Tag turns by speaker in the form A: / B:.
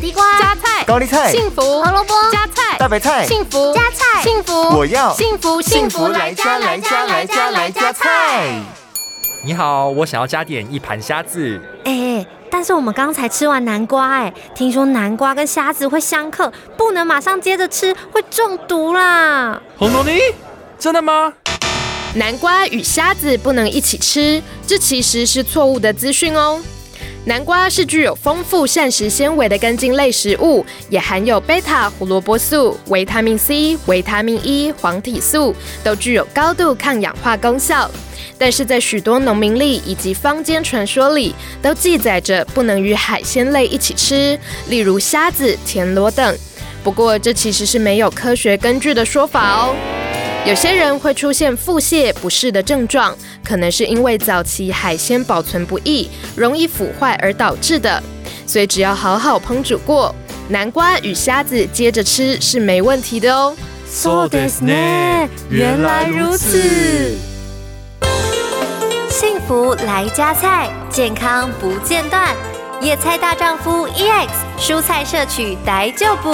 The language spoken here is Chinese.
A: 地瓜、
B: 加菜、
C: 高丽菜、
B: 幸福、
A: 胡萝卜、
B: 加菜、
C: 大白菜、
B: 幸福、
A: 加菜
B: 幸福，
C: 我要
B: 幸福
C: 幸福来家来家来家来家菜。
D: 你好，我想要加点一盘虾子。
E: 哎、但是我们刚才吃完南瓜、哎，听说南瓜跟虾子会相克，不能马上接着吃，会中毒啦。
D: 红豆泥，真的吗？
B: 南瓜与虾子不能一起吃，这其实是错误的资讯哦。南瓜是具有丰富膳食纤维的根茎类食物，也含有贝塔胡萝卜素、维他命 C、维他命 E、黄体素，都具有高度抗氧化功效。但是在许多农民历以及坊间传说里，都记载着不能与海鲜类一起吃，例如虾子、田螺等。不过，这其实是没有科学根据的说法哦。有些人会出现腹泻不适的症状，可能是因为早期海鲜保存不易，容易腐坏而导致的。所以只要好好烹煮过，南瓜与虾子接着吃是没问题的哦。
E: そうですね原来如此。
A: 幸福来加菜，健康
E: E
A: 不间断。野菜大丈夫 EX 蔬菜摄取逮就补。